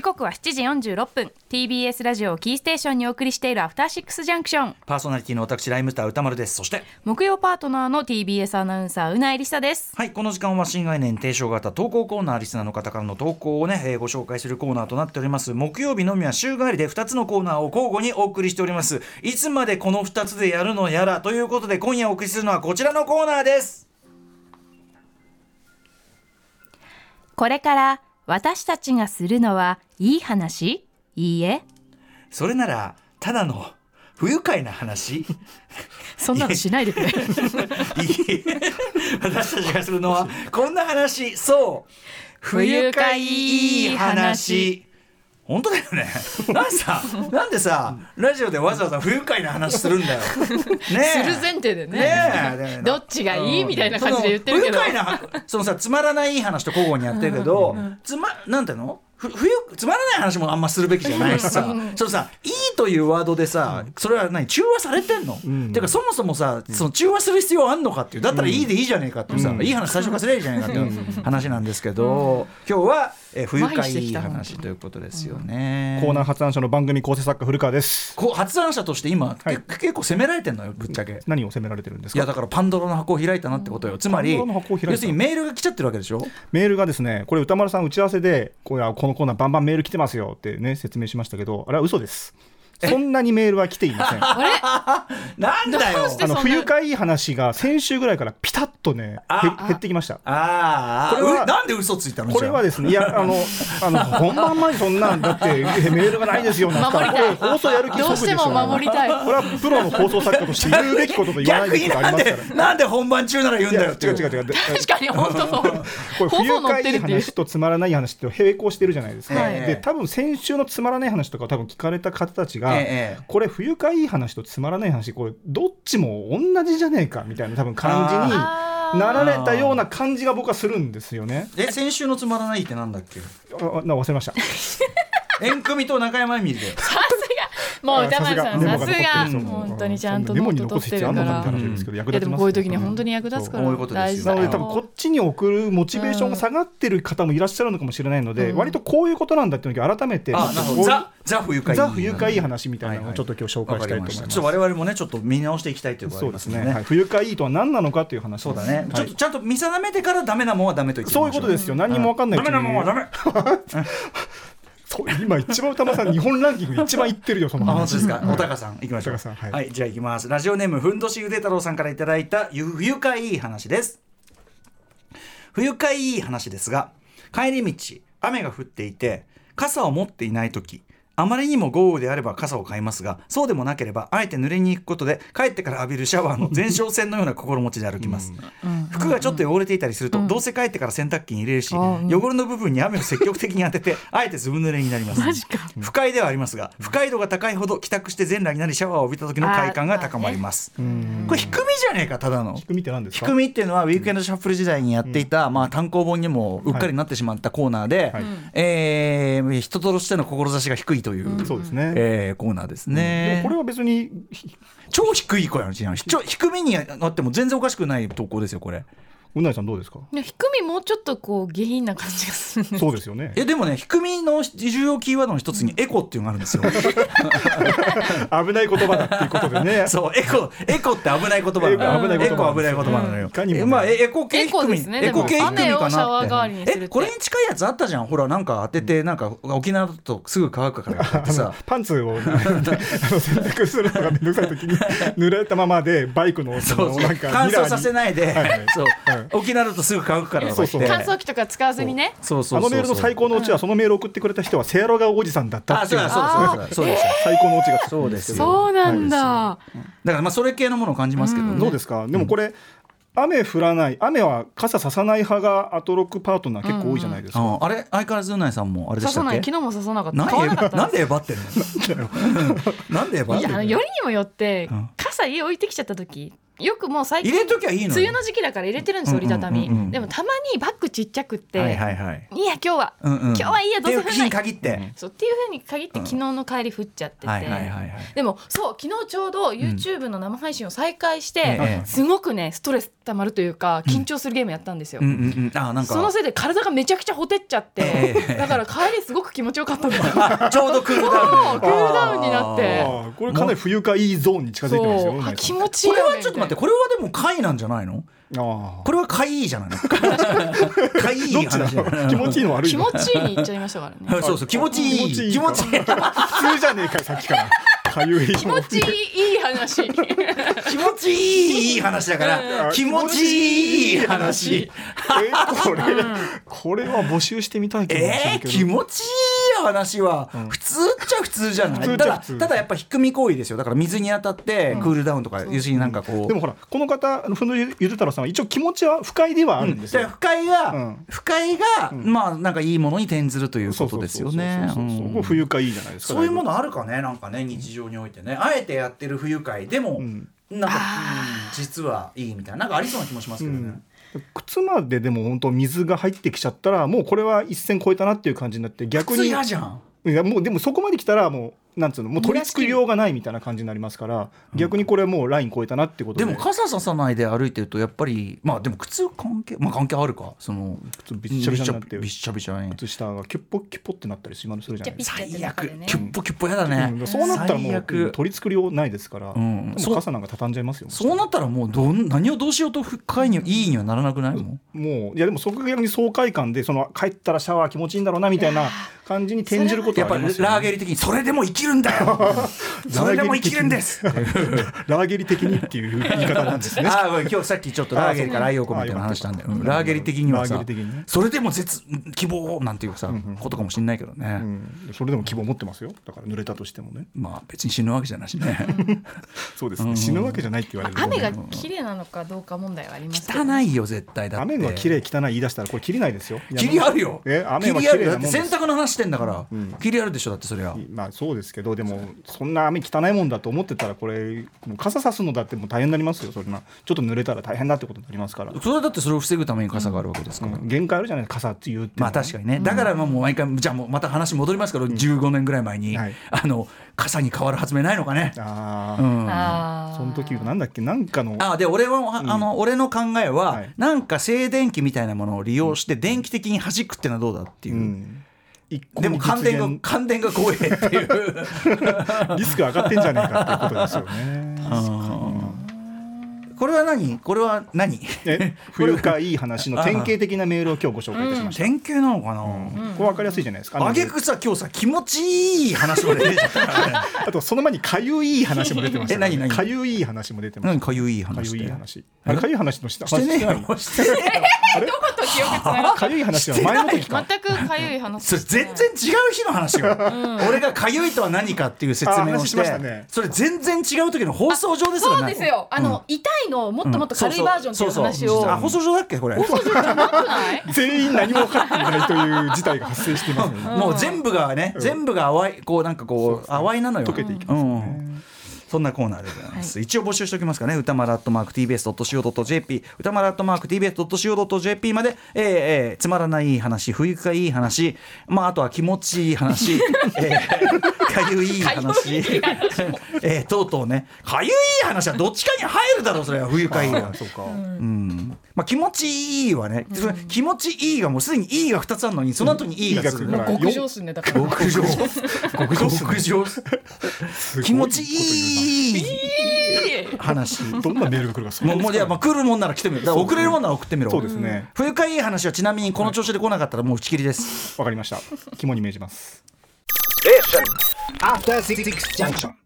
刻は7時46分 TBS ラジオをキーステーションにお送りしているアフターシックスジャンクションパーソナリティの私ライムスター歌丸ですそして木曜パートナーの TBS アナウンサーうなえりさですはいこの時間は新概念提唱型投稿コーナーリスナーの方からの投稿をね、えーご紹介するコーナーとなっております木曜日のみは週替わりで2つのコーナーを交互にお送りしておりますいつまでこの2つでやるのやらということで今夜お送りするのはこちらのコーナーですこれから私たちがするのはいい話いいえそれならただの不愉快な話いそんなのしないでくれい私たちがするの はこんな話そう不愉快いい話本当だよ ねなんでさなんでさラジオでわざわざ不愉快な話する んだよねすえる前提でねねえだよなどっちがいいみたいな感じで言ってるけどその不愉快なそのさつまらない話と交互にやってるけどつまなんていうのふ不愉つまらない話もあんまするべきじゃないしさそのさ「いい」というワードでさそれは何中和されてんの、てかそもそもさその中和する必要あんのかっていうだったら「いい」でいいじゃねえかっていうさ、いい話最初からすればいいじゃねえかっていう話なんですけど、今日は、えー不愉麻快痺していきいた話ということですよね。コーナー発案者の番組構成作家古川です。こう発案者として今、はいけ結構責められてんのよぶっちゃけ。何を責められてるんですいやかだからパンドラの箱を開いたなってことよつまりパンドラの箱を開いた要するにメールが来ちゃってるわけでしょメールがですね、これ歌丸さん打ち合わせで、こういやこのコーナーバンバンメール来てますよってね、説明しましたけど、あれは嘘です。そんなにメールは来ていません。ああれなんだよどうしてその、んな不愉快いい話が先週ぐらいからピタッとね、あへ減ってきました。ああこれはうなんで嘘ついたのこれはじゃですね、いや、あの、あの本番前にそんなんだって、えメールがないですよ、なんか、こ守りたれい放送やる気どう即しでしてょうもがない守りたいこれはプロの放送作家として言うべきことと言わあないべ逆にきことあなりんますかでら。なんで本番中なら言うんいだやよ違ってういう違う違う。で確かに本当 そうこれ不ほ愉ぼ乗っ快ているいっていう話とつまらない話って並行してるじゃないですか、はいで多分先週のつまらない話とかを多分聞かれた方たちが、ええこれ不愉快いい話とつまらない話これどっちも同じじゃねえかみたいな多分感じにあーなられたような感じが僕はするんですよね。え先週のつまらないってなんだっけああな忘れました。縁組と中山エミリでさすがもう歌丸さんさあすメモが残ってがるんです本よ当にちゃんとメノモーにト残取すって必要あるんかのかみたいらな話ですけど、役いやで立ちもますこういう時には本当に役立つからそうこういうことで大す事だよなのよで多分こっちに送るモチベーションが下がってる方もいらっしゃるのかもしれないので、うん割とこういうことなんだっていうのを改めてあなるほどザザ不愉快ザ不愉快いい話みたいなのをちょっと今日紹介したいと思いますわかりしたちょっと我々もねちょっと見直していきたいということがあそりうまねですすね、はい、不愉快とは何なのかという話そうだね、ちはいょっとちゃんと見定めてからダメなもんはダメと言ってそういうことですよ、何にも分かんないダメなもんはダメメ今一番歌丸さん日本ランキング一番いってるよそのあ本当話ですか。おたかさん、行きましょう。おたかさんはいじゃあ行きます。ラジオネーム、ふんどしゆで太郎さんからいただいた、ゆ不愉快いい話です。不愉快いい話ですが、帰り道、雨が降っていて、傘を持っていない時あまりにも豪雨であれば傘を買いますが、そうでもなければ、あえて濡れに行くことで、帰ってから浴びるシャワー の前哨戦のような心持ちで歩きます。服がちょっと汚れていたりすると、どうせ帰ってから洗濯機に入れるし、あうん汚れの部分に雨を積極的に当てて、あえてずぶ濡れになります。マジか不快ではありますが不快度が高いほど帰宅して全裸になりシャワーを浴びた時の快感が高まります、これ低みじゃねえかただの仕組みって何ですか低みっていうのはウィークエンドシャッフル時代にやっていた、まあ、単行本にもうっかりになってしまったコーナーで、はいえー人としての志が低いという、そうですね、えーコーナーですでねも、これは別に超低い子やんちなみにちょ低みにあっても全然おかしくない投稿ですよこれうなぎさんどうですかいや低みもうちょっとこう下品な感じがするねそうですよねえでもね低みの重要キーワードの一つにエコっていうのがあるんですよ危ない言葉だっていうことでね そう、エコ、エコって危ない言葉なのよ。エコ危ない言葉エコ危ない言葉なのよい。かにもねえまあ、えエコ系エコ低み、ですねエコ系低みかなって。でも雨をシャワー代わりにするってえ、これに近いやつあったじゃん。ほら、なんか当てて、なんか沖縄だとすぐ乾くからって言ってさ。パンツ を、ね、あの洗濯するのがめんどくさい時に濡れたままでバイクのそそうのそうなんか乾ミラー燥にさせないではいはい、そう、沖縄だとすぐ乾くからとか言って。そうそう乾燥機とか使わずにねそうそうそうそうあのメールの最高のうちはそのメールを送ってくれた人はセアロガおじさんだったあ、っそていううだ、のそうだ、そうだそうです。最高のオチがつくそんうでですすよよ。そうなんだだから、まあ、それ系のものを感じますけどね。どうですか、でもこれ、雨降らない、雨は傘ささない派がアトロックパートナー、結構多いじゃないですか。ああれ、相変わらずうないさんも、あれで刺しさたっないけ昨。日も刺さなかったなん買わなかっで、たなんでえばってんの。なんでえばっいてんやあのの。よりにもよってうん傘家置いてきちゃった時よくもう最近入れときゃいいのよ梅雨の時期だから入れてるんですよ折りたたみ、うんうんうんうんでもたまにバッグちっちゃくって、はいいはいはい。や今日は、うんうん今日はいいやどうせ降っていら日なにい限って。そうっていうふうに限って昨日の帰り降っちゃってて、はいはいはいはい。でもそう昨日ちょうど YouTube の生配信を再開して、ええすごくねストレス溜まるというか緊張するゲームやったんですよ、うんうんうん。あなんか。そのせいで体がめちゃくちゃほてっちゃって、ええだから帰りすごく気持ちよか ったんですよあちょうどクールダウンで。そうクールダウンになってあーあーこれかなり不愉快いいゾーンに近づいてますよそうあ気ち持ちいいこれよはねちょっと待って、みこれはでも会なんじゃないの？あこれは会じ ゃないの？会いーどいっちだ話じゃなろいう気持ちいいの悪たいいのな気持ちいいに言っちゃいましたからね そうそう気持ちいい気持ちいい気持ちいい普通じゃねえかよさっきからかゆい気気持ちいい話気持ちいい話だからうん気持ちいい話。えこれ、これは募集してみたいけどえー、気持ちいい話は普通っちゃ普通じゃない、普通っちたゃだ普通ただやっぱ引っ込み行為ですよだから水に当たってクールダウンとか、要するになんかこうでもほらこの方ふんどゆゆで太郎さんは一応気持ちは不快ではあるんですだかよら、不快が、不うん快が、まあなんかいいものに転ずるというそこうそとうですよそうねそうそうそううんこれ不愉快じゃないですかそういうものあるかねなんかね日常においてねあえてやってる不愉快でも、んなんか、うん実はいいみたいななんかありそうな気もしますけどね、靴まででも本当水が入ってきちゃったらもうこれは一線超えたなっていう感じになって逆靴に嫌じゃんいやもうでもそこまで来たらもうなんつうのもう取り付くようがないみたいな感じになりますから逆にこれはもうライン超えたなってことででも傘ささないで歩いてるとやっぱりまあでも靴関係まあ関係あるかその靴びっしゃびしゃになってびっしゃびしゃに靴下がキュッポキュッポってなったりしまするじゃないですか最悪ねキュッポキュッポやだね、うんそうなったらも最う悪取り作りようないですから、んでも傘なんか畳んじゃいますよそうなったらもうどん何をどうしようと不快にいいにはならなくないももういやでもそこが逆に爽快感でその帰ったらシャワー気持ちいいんだろうなみたいな感じに転じるこうとやっはあぱりりますよ、ね、ラーゲリ的にそれでも生きるんだよ それでも生きるんですあラーゲリ的にっていう言い方なんですね。あ今日さっきちょっとラーゲリから愛用子みたいな話したんだよ、うんラーゲリ的にはラさーゲリ的にねそれでも絶希望なんていうさ、ことかもしんないけどね、うん、それでも希望持ってますよだから濡れたとしてもねまあ別に死ぬわけじゃないしねそうですね、死ぬわけじゃないって言われるとね雨が綺麗なのかどうか問題はありますけど汚いよ絶対だって雨が綺麗汚い言い出したらこれ切りないですよ霧あるよえ雨は霧綺あ麗るよなだもっんてです洗濯の話してんだから、霧あるでしょだってそりゃまあそうですけどでもそんな雨汚いもんだと思ってたらこれもう傘さすのだってもう大変になりますよそれなちょっと濡れたら大変だってことになりますから、それはだってそれを防ぐために傘があるわけですから、うん限界あるじゃない傘っていうってまあ確かにね、だからまあもう毎回、じゃあもうまた話戻りますけど、15年ぐらい前に、はいあの傘に変わる発明ないのかね。あうあ、ん、ああーその時なんだっけなんかので俺は、ああの俺の考えは、はいなんか静電気みたいなものを利用して、電気的に弾くってのはどうだっていう。うん一向でもに実感現電が感電が怖えって いう、 リスク上がってんじゃねえかっていうことですよね。うんこれは何これは何え不愉快いい話の典型的なメールを今日ご紹介いたしました。典型なのかこなれ分かりやすいじゃないですか。あげくさ今日さ気持ちいい話まで出ちゃったから ねあとその前にかゆい話も出てましたからね。 え何何かゆい話も出てまし何かゆいた。か話っゆてい話。あれかゆい話の下してねえあよしてねえよれちょっと記憶つながっかゆい話は前の時か。全くかゆい話それ全然違う日の話よ、俺がかゆいとは何かっていう説明をしてあ話しましたねそれ全然違う時の放送上ですらそうないですよあの、痛いのもっともっと軽いバージョンっていう話そうそうそうそうあを放送上だっけこれ全員何も分かっていないという事態が発生していますよね。もう全部がね、全部が淡いこうなんかこう淡いなのよ溶けていきます、うんそんなコーナーでございます、一応募集しておきますからね歌丸アットマーク TBS.CO.JP 歌丸アットマーク TBS.CO.JP まで、えーえーつまらないいい話不愉快いい話、まあ、あとは気持ちいい 話えーかゆいい話 えーとうとうねかゆい話はどっちかに入るだ ろうそれは不愉快いい話あそうか。うんまあ、気持ちいいはね、それ気持ちいいがもうすでにいいが2つあるのにその後にいいがつくいいが来る極上っすねだから極上極上ごい気持ちいい話どんなメールが来るかそんもなうもういやまあ来るもんなら来てみろだから送れるもんなら送ってみろそうですね不愉快いい話はちなみにこの調子で来なかったらもう打ち切りですわかりました。肝に銘じます。 After Six Junction.